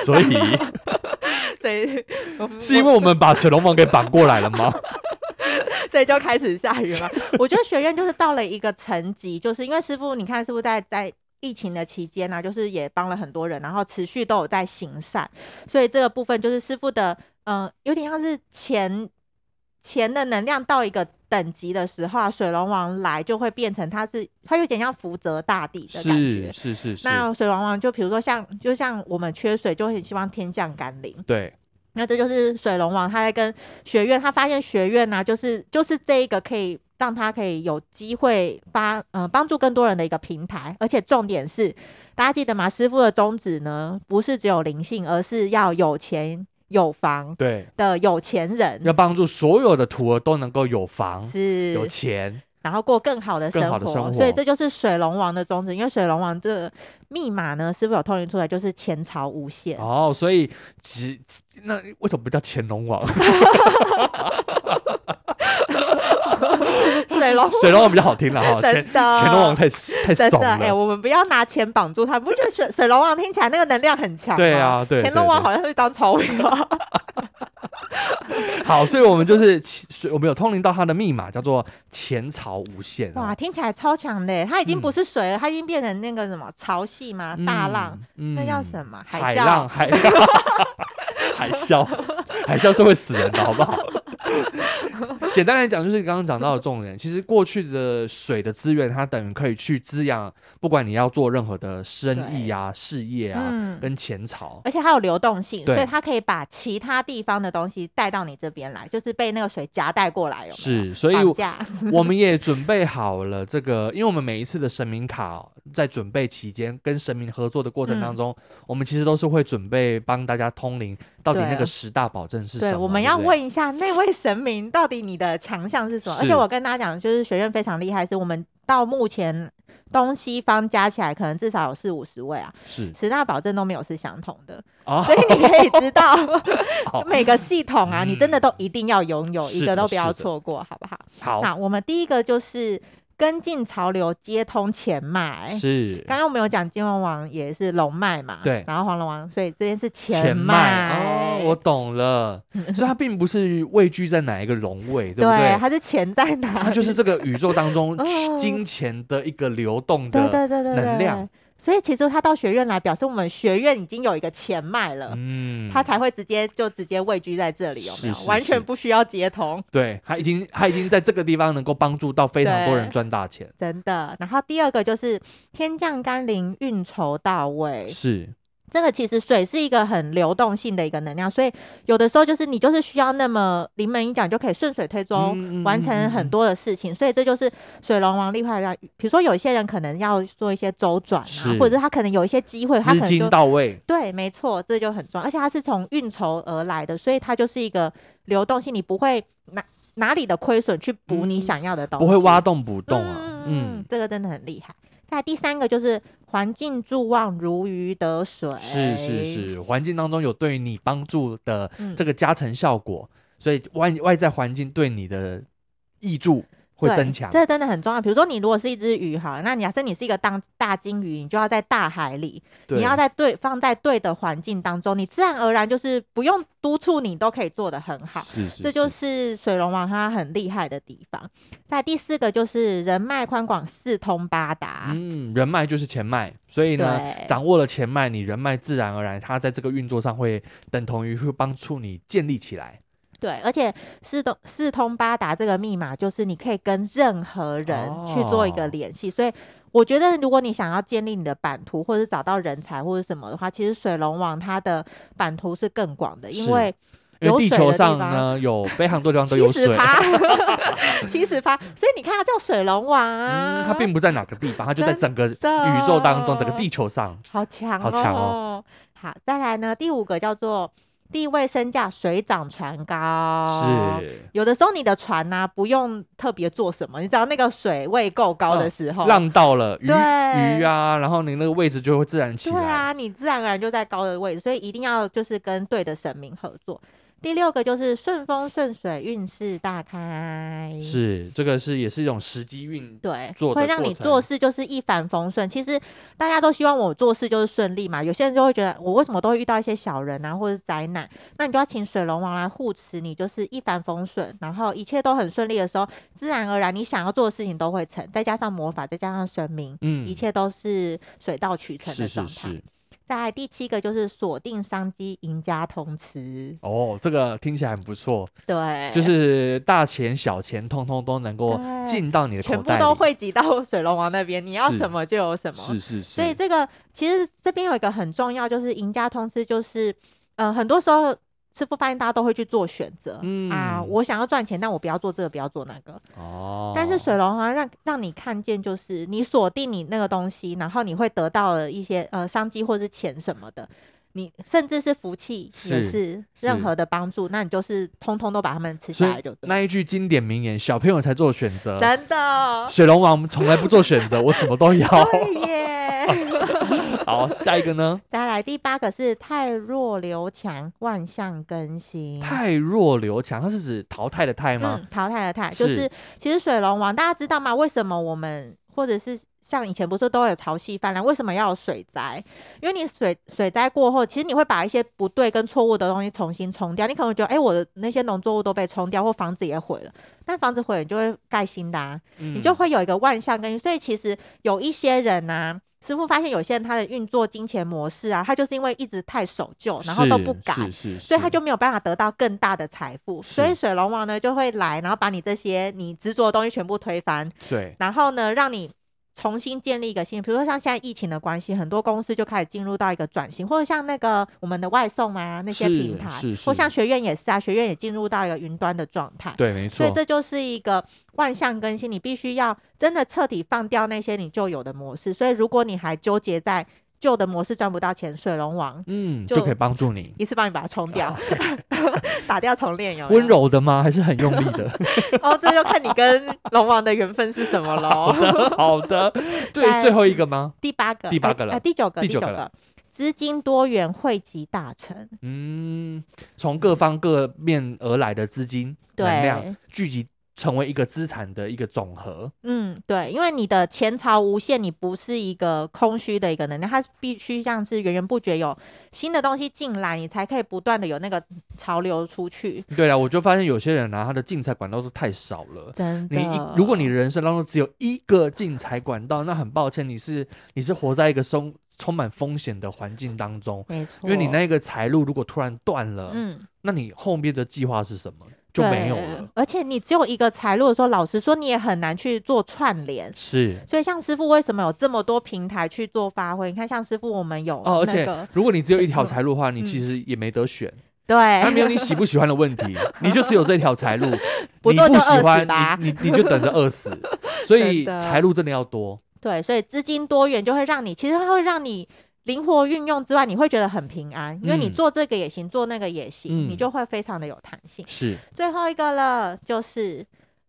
Speaker 2: 所 以
Speaker 3: 所以我们
Speaker 2: 是因为我们把水龙王给绑过来了 吗？
Speaker 3: 所以就开始下雨嘛。 我觉得学院就是到了一个层级，就是因为师傅，你看师傅在在。疫情的期间呢、啊就是也帮了很多人，然后持续都有在行善，所以这个部分就是师傅的，嗯、有点像是钱钱的能量到一个等级的时候啊，水龙王来就会变成他是，他有点像福泽大地的感
Speaker 2: 是。
Speaker 3: 觉
Speaker 2: 是是是，
Speaker 3: 那水龙王就比如说像，就像我们缺水，就会很希望天降甘霖，
Speaker 2: 对，
Speaker 3: 那这就是水龙王他在跟学院，他发现学院呢、就是就是这一个可以让他可以有机会发呃帮助更多人的一个平台，而且重点是，大家记得吗？师傅的宗旨呢，不是只有灵性，而是要有钱有房
Speaker 2: 对，
Speaker 3: 的有钱人
Speaker 2: 要，帮助所有的徒儿都能够有房、
Speaker 3: 嗯是
Speaker 2: 有钱。
Speaker 3: 然后过更好的
Speaker 2: 更
Speaker 3: 生
Speaker 2: 好的
Speaker 3: 活，
Speaker 2: 生
Speaker 3: 所以
Speaker 2: 活
Speaker 3: 这就是水龙王的宗旨。因为水龙王这个密码呢，师傅有透露出来，就是钱潮无限。
Speaker 2: 哦，所以只那为什么不叫乾隆王？
Speaker 3: 水龙
Speaker 2: 水龙王比较好听了哈，乾
Speaker 3: 真的
Speaker 2: 乾隆王太太
Speaker 3: 真
Speaker 2: 怂
Speaker 3: 的，哎、
Speaker 2: 了。
Speaker 3: 我们不要拿钱绑住他，不觉得水 水龙王听起来那个能量很强吗？
Speaker 2: 对啊对
Speaker 3: 乾隆
Speaker 2: 对
Speaker 3: 王
Speaker 2: 对
Speaker 3: 好像是当钞票。
Speaker 2: 好，所以我们就是其，所以我们有通灵到他的密码叫做浅草无限、 啊
Speaker 3: 哇，，听起来超强的耶，它已经不
Speaker 2: 嗯
Speaker 3: 是水了，它已经变成那个什么潮汐嘛，大浪，
Speaker 2: 嗯，嗯
Speaker 3: 那叫什么？
Speaker 2: 海
Speaker 3: 啸？
Speaker 2: 浪，海浪， 海啸，海啸是会死人的，好 不好？简单来讲，就是刚刚讲到的重点。其实过去的水的资源，它等于可以去滋养，不管你要做任何的生意啊、事业啊，
Speaker 3: 嗯
Speaker 2: 跟前朝。
Speaker 3: 而且它有流动性，
Speaker 2: 对
Speaker 3: 所以它可以把其他地方的东西带到你这边来，就是被那个水夹带过来，有没有？
Speaker 2: 是，所以
Speaker 3: 绑架
Speaker 2: 我们也准备好了这个，因为我们每一次的神明卡哦在准备期间，跟神明合作的过程当中，我们其实都是会准备帮大家通灵，到底
Speaker 3: 对
Speaker 2: 那个十大保证是什么？
Speaker 3: 对，我们
Speaker 2: 对
Speaker 3: 要
Speaker 2: 不对
Speaker 3: 问一下那位神明，到底你的强项是什么？而
Speaker 2: 是
Speaker 3: 且我跟大家讲，就是学院非常厉害，是我们到目前东西方加起来可能至少有四五十位啊，
Speaker 2: 是
Speaker 3: 十大保证都没有是相同的，
Speaker 2: 啊，
Speaker 3: 所以你可以知 道
Speaker 2: 好
Speaker 3: 每个系统啊，你真的
Speaker 2: 哦嗯
Speaker 3: 都一定要拥有，
Speaker 2: 是
Speaker 3: 一
Speaker 2: 的
Speaker 3: 个都不
Speaker 2: 是
Speaker 3: 要
Speaker 2: 的
Speaker 3: 错过，好不好？
Speaker 2: 好
Speaker 3: 那我们第一个就是跟进潮流，接通钱脉。
Speaker 2: 是
Speaker 3: 刚刚我们有讲金龙王也是龙脉嘛，
Speaker 2: 对
Speaker 3: 然后黄龙王，所以这边是钱
Speaker 2: 钱
Speaker 3: 脉哎
Speaker 2: 脉哦，我懂 了，所以它并不是畏惧在哪一个龙位，对不
Speaker 3: 对，
Speaker 2: 对？
Speaker 3: 它是钱在哪里？
Speaker 2: 它就是这个宇宙当中
Speaker 3: 哦
Speaker 2: 金钱的一个流动
Speaker 3: 对
Speaker 2: 的，
Speaker 3: 对对对对
Speaker 2: 能量。
Speaker 3: 所以其实他到学院来，表示我们学院已经有一个钱脉了。
Speaker 2: 嗯，
Speaker 3: 他才会直接就直接位居在这里，有没有？
Speaker 2: 是是
Speaker 3: 完
Speaker 2: 是
Speaker 3: 全不需要接通，
Speaker 2: 对，它已经它已经在这个地方能够帮助到非常多人
Speaker 3: 对
Speaker 2: 赚大钱，
Speaker 3: 真的。然后第二个就是天降甘霖，运筹到位。
Speaker 2: 是。
Speaker 3: 这个其实水是一个很流动性的一个能量，所以有的时候就是你就是需要那么临门一脚，你就可以顺水推舟、
Speaker 2: 嗯嗯
Speaker 3: 完
Speaker 2: 嗯
Speaker 3: 成
Speaker 2: 嗯
Speaker 3: 很多的事情。所以这就是水龙王厉害的地方。比如说有一些人可能要做一些周转啊
Speaker 2: 是，
Speaker 3: 或者是他可能有一些机会，他
Speaker 2: 资
Speaker 3: 可能
Speaker 2: 金
Speaker 3: 就
Speaker 2: 到位，
Speaker 3: 对，没错，这就很重要。而且它是从运筹而来的，所以它就是一个流动性，你不会哪哪里的亏损去补你
Speaker 2: 嗯
Speaker 3: 想要的东西，
Speaker 2: 不会挖洞补洞啊。嗯，
Speaker 3: 这个真的很厉害。再来第三个就是环境助望，如鱼得水。
Speaker 2: 是是，是，环境当中有对你帮助的
Speaker 3: 嗯
Speaker 2: 这个加成效果，所以外外在环境对你的益助会
Speaker 3: 对
Speaker 2: 增强。
Speaker 3: 这真的很重要。比如说，你如果是一只鱼，好了，那假设你是一个当大金鱼，你就要在大海里，
Speaker 2: 对，
Speaker 3: 你要在对放在对的环境当中，你自然而然就是不用督促你都可以做得很好。
Speaker 2: 是是，
Speaker 3: 这就是水龙王他很厉害的地方。在第四个就是人脉宽广，四通八达。
Speaker 2: 嗯，人脉就是钱脉，所以呢，
Speaker 3: 啊对
Speaker 2: 掌握了钱脉，你人脉自然而然，它在这个运作上会等同于会帮助你建立起来。
Speaker 3: 对，而且四通四通八达这个密码就是你可以跟任何人去做一个
Speaker 2: 哦
Speaker 3: 联系，所以。我觉得，如果你想要建立你的版图，或者是找到人才或者什么的话，其实水龙王它的版图是更广的，因
Speaker 2: 是
Speaker 3: 为
Speaker 2: 因
Speaker 3: 有
Speaker 2: 为地
Speaker 3: 水
Speaker 2: 球
Speaker 3: 的地
Speaker 2: 上
Speaker 3: 方
Speaker 2: 呢，有非常多地方都
Speaker 3: 七
Speaker 2: 有
Speaker 3: 十
Speaker 2: 水。
Speaker 3: 趴，七十趴， 所以你看它叫水龙王啊，
Speaker 2: 嗯，它并不在哪个地方，它就在整个
Speaker 3: 的
Speaker 2: 宇宙当中，整个地球上。
Speaker 3: 好强、哦，
Speaker 2: 好强
Speaker 3: 哦！好，再来呢，第五个叫做地位身价水涨船高。，
Speaker 2: 是
Speaker 3: 有的时候你的船呢、不用特别做什么，你只要那个水位够高
Speaker 2: 嗯
Speaker 3: 的时候，
Speaker 2: 浪到了鱼
Speaker 3: 对
Speaker 2: 鱼啊，然后你那个位置就会自然起
Speaker 3: 对
Speaker 2: 来。
Speaker 3: 啊，你自然而然就在高的位置，所以一定要就是跟对的神明合作。第六个就是顺风顺水，运势大开。
Speaker 2: 是这个是也是一种时机运。
Speaker 3: 对
Speaker 2: 做，的
Speaker 3: 会让
Speaker 2: 过
Speaker 3: 你做
Speaker 2: 程
Speaker 3: 事就是一帆风顺。其实大家都希望我做事就是顺利嘛，有些人就会觉得我为什么都会遇到一些小人啊或者灾难，那你就要请水龙王来护持你，就是一帆风顺，然后一切都很顺利的时候，自然而然你想要做的事情都会成，再加上魔法，再加上神明，
Speaker 2: 嗯
Speaker 3: 一切都是水到渠成
Speaker 2: 是
Speaker 3: 的状
Speaker 2: 是
Speaker 3: 态。
Speaker 2: 是。
Speaker 3: 再来第七个就是锁定商机，赢家通吃，
Speaker 2: 哦，这个听起来很不错，
Speaker 3: 对，
Speaker 2: 就是大钱小钱通通都能够
Speaker 3: 哎对
Speaker 2: 进到你的
Speaker 3: 全
Speaker 2: 口
Speaker 3: 部
Speaker 2: 袋里。
Speaker 3: 都汇集到 水龙王那边，你要
Speaker 2: 是
Speaker 3: 什么就有什么。
Speaker 2: 是是是，
Speaker 3: 所以这个其实这边有一个很重要，就是赢家通吃，就是呃，很多时候吃不发现大家都会去做选择、啊，
Speaker 2: 嗯
Speaker 3: 我想要赚钱，但我不要做这个，不要做那个。
Speaker 2: 哦，
Speaker 3: 但是水龙王让让你看见，就是你锁定你那个东西，然后你会得到了一些呃商机或是钱什么的。你甚至是福气也
Speaker 2: 是
Speaker 3: 是
Speaker 2: 是
Speaker 3: 任何的帮助，那你就是通通都把它们吃
Speaker 2: 所
Speaker 3: 下来
Speaker 2: 以
Speaker 3: 就对了，
Speaker 2: 那一句经典名言：“小朋友才做选择，
Speaker 3: 真 的，哦
Speaker 2: 水龙王从来不做选 择，我什么都要。
Speaker 3: 对 耶。”
Speaker 2: 好，下一个呢？
Speaker 3: 再来第八个是太弱留强，万象更新。
Speaker 2: 太弱留强，它是指淘汰的汰吗？
Speaker 3: 嗯，淘汰的汰，就是是其实水龙王大家知道吗？为什么我们或者是像以前不是都有潮汐泛滥，为什么要有水灾？因为你水水灾过后，其实你会把一些不对跟错误的东西重新冲掉。你可能会觉得，哎、我的那些农作物都被冲掉，或房子也毁了，但房子毁了你就会盖新的啊，
Speaker 2: 你
Speaker 3: 你就会有一个万象更新。所以其实有一些人呐、师傅发现有些人他的运作金钱模式啊，他就是因为一直太守旧，然后都不改，
Speaker 2: 是是，
Speaker 3: 所以他
Speaker 2: 是
Speaker 3: 就没有办法得到更大的财富。所以
Speaker 2: 是
Speaker 3: 水龙王呢就会来，然后把你这些你执着的东西全部推翻，
Speaker 2: 对
Speaker 3: 然后呢让你重新建立一个新。比如说像现在疫情的关系，很多公司就开始进入到一个转型，或者像那个我们的外送啊那些
Speaker 2: 是
Speaker 3: 平台
Speaker 2: 是，
Speaker 3: 或
Speaker 2: 是
Speaker 3: 像学院也是啊，学院也进入到一个云端的状态。
Speaker 2: 对，没
Speaker 3: 所以
Speaker 2: 错，
Speaker 3: 这就是一个万象更新，你必须要真的彻底放掉那些你旧有的模式。所以如果你还纠结在旧的模式赚不到钱，水龙王
Speaker 2: 嗯，
Speaker 3: 就
Speaker 2: 就可以帮助你。
Speaker 3: 一次帮你把它冲掉， 打掉重练有没
Speaker 2: 啊
Speaker 3: 有
Speaker 2: 温柔的吗？还是很用力 的？
Speaker 3: 哦，这就看你跟龙王的缘分是什么喽。
Speaker 2: 好的，对，
Speaker 3: 在
Speaker 2: 最后一个吗？
Speaker 3: 第八个，
Speaker 2: 第八个
Speaker 3: 呃
Speaker 2: 了
Speaker 3: 呃第九个，
Speaker 2: 第
Speaker 3: 第
Speaker 2: 九
Speaker 3: 九
Speaker 2: 个
Speaker 3: 个
Speaker 2: 了，
Speaker 3: 资金多元汇集大成，
Speaker 2: 嗯，从各方各面而来的资金能量
Speaker 3: 对
Speaker 2: 聚集，成为一个资产的一个总和。
Speaker 3: 嗯，对，因为你的前朝无限，你不是一个空虚的一个能量，它是必须像是源源不绝有新的东西进来，你才可以不断的有那个潮流出去。
Speaker 2: 对啊，我就发现有些人拿、啊、他的进财管道都太少了。
Speaker 3: 真
Speaker 2: 你
Speaker 3: 的，
Speaker 2: 一如果你的人生当中只有一个进财管道，那很抱歉，你是你是活在一个充充满风险的环境当中，
Speaker 3: 没错，
Speaker 2: 因为你那个财路如果突然断了，
Speaker 3: 嗯
Speaker 2: 那你后面的计划是什么就没有
Speaker 3: 对
Speaker 2: 了。
Speaker 3: 而且你只有一个财路的时候，老实说，你也很难去做串联。
Speaker 2: 是
Speaker 3: 所以，像师傅为什么有这么多平台去做发挥？你看，像师傅我们有、那个、
Speaker 2: 哦，而且如果你只有一条
Speaker 3: 嗯
Speaker 2: 财路的话，你其
Speaker 3: 嗯
Speaker 2: 实也没得选，
Speaker 3: 对，
Speaker 2: 它没有你喜不喜欢的问 题，你就只有这条财路，
Speaker 3: 不
Speaker 2: 你
Speaker 3: 做
Speaker 2: 不
Speaker 3: 就
Speaker 2: 喜
Speaker 3: 饿死
Speaker 2: 欢
Speaker 3: 吧
Speaker 2: 你你你就等着饿 死。所以
Speaker 3: 真的
Speaker 2: 财路真的要多，
Speaker 3: 对，所以资金多元就会让你，其实它会让你灵活运用之外，你会觉得很平安，因为你
Speaker 2: 嗯
Speaker 3: 做这个也行，做那个也行，
Speaker 2: 嗯
Speaker 3: 你就会非常的有弹性。
Speaker 2: 是
Speaker 3: 最后一个了，就是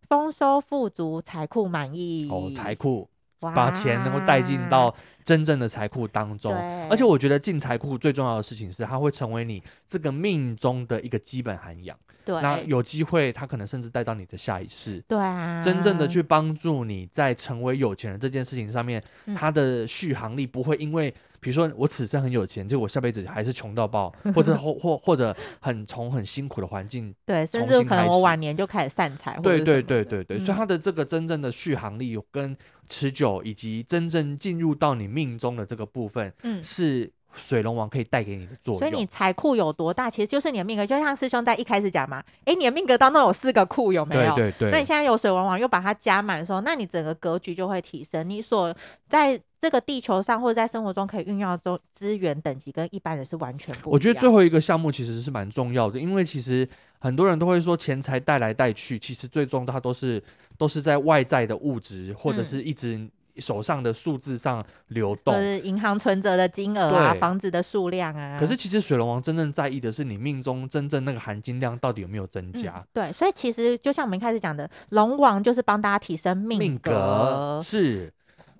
Speaker 3: 丰收富足，财库满意。
Speaker 2: 哦，财库把
Speaker 3: 把
Speaker 2: 钱能够带进到真正的财库当中。而且我觉得进财库最重要的事情是，它会成为你这个命中的一个基本涵养。
Speaker 3: 对
Speaker 2: 那有机会，它可能甚至带到你的下一世。
Speaker 3: 对啊，
Speaker 2: 真正的去帮助你在成为有钱人这件事情上面，
Speaker 3: 嗯
Speaker 2: 它的续航力不会因为，比如说我此生很有钱，结果我下辈子还是穷到爆，或 者或或或者很从很辛苦的环境，
Speaker 3: 对，甚
Speaker 2: 重
Speaker 3: 至
Speaker 2: 新
Speaker 3: 可能
Speaker 2: 开
Speaker 3: 我
Speaker 2: 始
Speaker 3: 晚年就开始散财，或者
Speaker 2: 对
Speaker 3: 是
Speaker 2: 对
Speaker 3: 什么
Speaker 2: 对
Speaker 3: 的
Speaker 2: 对对，
Speaker 3: 嗯
Speaker 2: 所以它的这个真正的续航力跟持久，以及真正进入到你命中的这个部分，
Speaker 3: 嗯。
Speaker 2: 是水龙王可以带给你的作用。
Speaker 3: 所以你财库有多大，其实就是你的命格，就像师兄在一开始讲嘛，诶，你的命格当中有四个库，有没有？
Speaker 2: 对对对，
Speaker 3: 那你现在有水王王又把它加满的时候，那你整个格局就会提升，你所在这个地球上或者在生活中可以运用的东资源等级跟一般人是完全不一样。
Speaker 2: 我觉得最后一个项目其实是蛮重要的，因为其实很多人都会说钱财带来带去，其实最终它都是都是在外在的物质或者
Speaker 3: 嗯
Speaker 2: 是一直手上的数字上流动。
Speaker 3: 就是银行存折的金额啊，
Speaker 2: 对
Speaker 3: 房子的数量啊。
Speaker 2: 可是其实水龙王真正在意的是你命中真正那个含金量到底有没有增
Speaker 3: 嗯
Speaker 2: 加。
Speaker 3: 对，所以其实就像我们一开始讲的，龙王就是帮大家提升命
Speaker 2: 命格是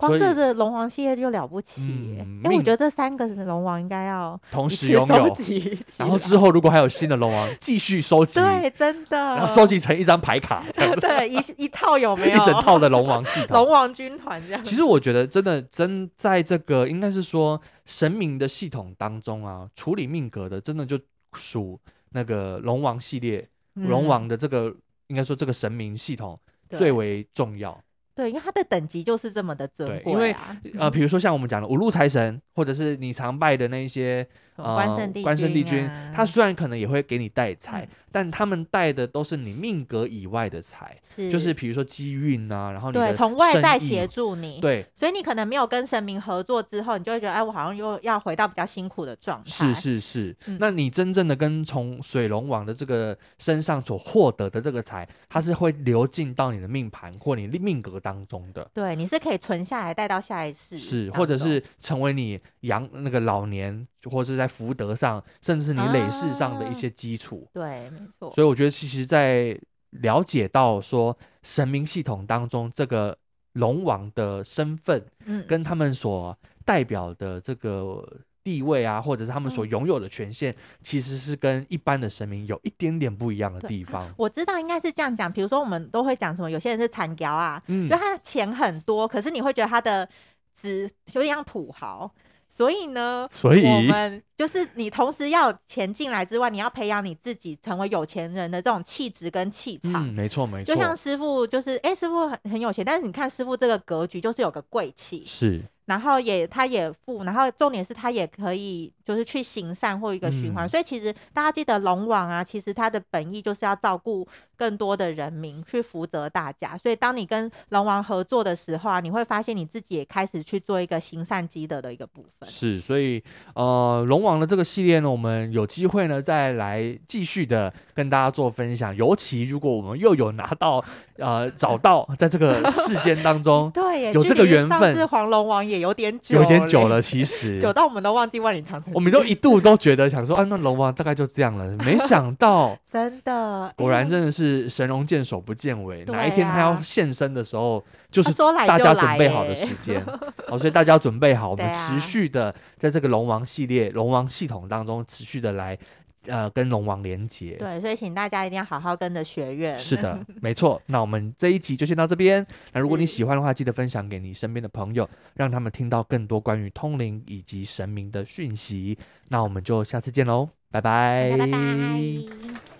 Speaker 2: 所
Speaker 3: 光
Speaker 2: 以
Speaker 3: 这个龙王系列就了不起耶、
Speaker 2: 嗯
Speaker 3: 因为我
Speaker 2: 命
Speaker 3: 觉得这三个龙王应该要
Speaker 2: 同
Speaker 3: 一
Speaker 2: 时
Speaker 3: 次
Speaker 2: 拥
Speaker 3: 收
Speaker 2: 有，
Speaker 3: 集起
Speaker 2: 然后
Speaker 3: 来
Speaker 2: 之后如果还有新的龙王继续收集，
Speaker 3: 对，啊真的，
Speaker 2: 然后收集成一张牌卡，这样
Speaker 3: 对一一套有没 有
Speaker 2: 一整套的龙王系统。
Speaker 3: 龙王军团这样？
Speaker 2: 其实我觉得，真的真在这个应该是说神明的系统当中啊，处理命格的，真的就属那个龙王系列，龙
Speaker 3: 嗯
Speaker 2: 王的这个应该说这个神明系统
Speaker 3: 对
Speaker 2: 最为重要。
Speaker 3: 对，因为它的等级就是这么的尊
Speaker 2: 对因
Speaker 3: 贵
Speaker 2: 为
Speaker 3: 啊。
Speaker 2: 呃，比如说像我们讲的五路财神，或者是你常拜的那一些
Speaker 3: 嗯
Speaker 2: 呃
Speaker 3: 关圣帝
Speaker 2: 关圣帝君，
Speaker 3: 啊
Speaker 2: 他虽然可能也会给你带财，
Speaker 3: 嗯
Speaker 2: 但他们带的都是你命格以外的财，
Speaker 3: 是
Speaker 2: 就是比如说机运啊，然后你
Speaker 3: 对
Speaker 2: 的
Speaker 3: 从外
Speaker 2: 生
Speaker 3: 在
Speaker 2: 意
Speaker 3: 协助你，
Speaker 2: 对。
Speaker 3: 所以你可能没有跟神明合作之后，你就会觉得哎，我好像又要回到比较辛苦的状态。
Speaker 2: 是是是，
Speaker 3: 嗯
Speaker 2: 那你真正的跟从水龙王的这个身上所获得的这个财，
Speaker 3: 嗯
Speaker 2: 它是会流进到你的命盘或你的命格当中的，
Speaker 3: 对，你是可以存下来带到下一世当中，
Speaker 2: 是或者是成为你养那个老年，或者是在福德上，甚至是你累世上的一
Speaker 3: 啊
Speaker 2: 些基础。
Speaker 3: 对，没错，
Speaker 2: 所以我觉得，其实，在了解到说神明系统当中这个龙王的身份
Speaker 3: 嗯，
Speaker 2: 跟他们所代表的这个地位啊，或者是他们所
Speaker 3: 嗯
Speaker 2: 拥有的权限，其实是跟一般的神明有一点点不一样的
Speaker 3: 对
Speaker 2: 地 方。
Speaker 3: 我知道应该是这样讲，比如说我们都会讲什么，有些人是残雕啊，
Speaker 2: 嗯
Speaker 3: 就，他钱很多，可是你会觉得他的值有点像土豪，所以呢，
Speaker 2: 所以
Speaker 3: 我们就是你同时要有钱进来之外，你要培养你自己成为有钱人的这种气质跟气场。
Speaker 2: 嗯，没错没错
Speaker 3: 就，像师傅，就是哎、师傅很很有钱，但是你看师傅这个格局，就是有个贵气，
Speaker 2: 是
Speaker 3: 然后也他也富，然后重点是他也可以就是去行善或一个循环，
Speaker 2: 嗯
Speaker 3: 所以其实大家记得龙王啊，其实他的本意就是要照顾更多的人民，去福泽大家。所以当你跟龙王合作的时候啊，你会发现你自己也开始去做一个行善积德的一个部分。
Speaker 2: 是，所以呃，龙王的这个系列呢，我们有机会呢再来继续的跟大家做分享。尤其如果我们又有拿到呃找到在这个事件当 中
Speaker 3: 对耶，
Speaker 2: 有
Speaker 3: 距
Speaker 2: 这个
Speaker 3: 离
Speaker 2: 缘
Speaker 3: 上
Speaker 2: 分
Speaker 3: 次黄龙王也有点久，
Speaker 2: 有点久了，，其实
Speaker 3: 久到我们都忘记万里长城。
Speaker 2: 我们都一度都觉得想说啊，那龙王大概就这样了，没想到。
Speaker 3: 真的，
Speaker 2: 果然
Speaker 3: 哎
Speaker 2: 真的是神龙见首不见尾，
Speaker 3: 对
Speaker 2: 哪一天他要
Speaker 3: 啊
Speaker 2: 现身的时候，就是
Speaker 3: 啊说来
Speaker 2: 大
Speaker 3: 就
Speaker 2: 家准
Speaker 3: 来
Speaker 2: 备好的
Speaker 3: 耶
Speaker 2: 时 间。好，所以大家要准备好，我们
Speaker 3: 对啊
Speaker 2: 持续的在这个龙王系列、龙王系统当中持续的来呃跟龙王连接。
Speaker 3: 对，所以请大家一定要好好跟着学院。
Speaker 2: 是 的，没错。那我们这一集就先到这边。那如果你
Speaker 3: 是
Speaker 2: 喜欢的话，记得分享给你身边的朋友，让他们听到更多关于通灵以及神明的讯息。那我们就下次见喽，拜哎
Speaker 3: 拜拜。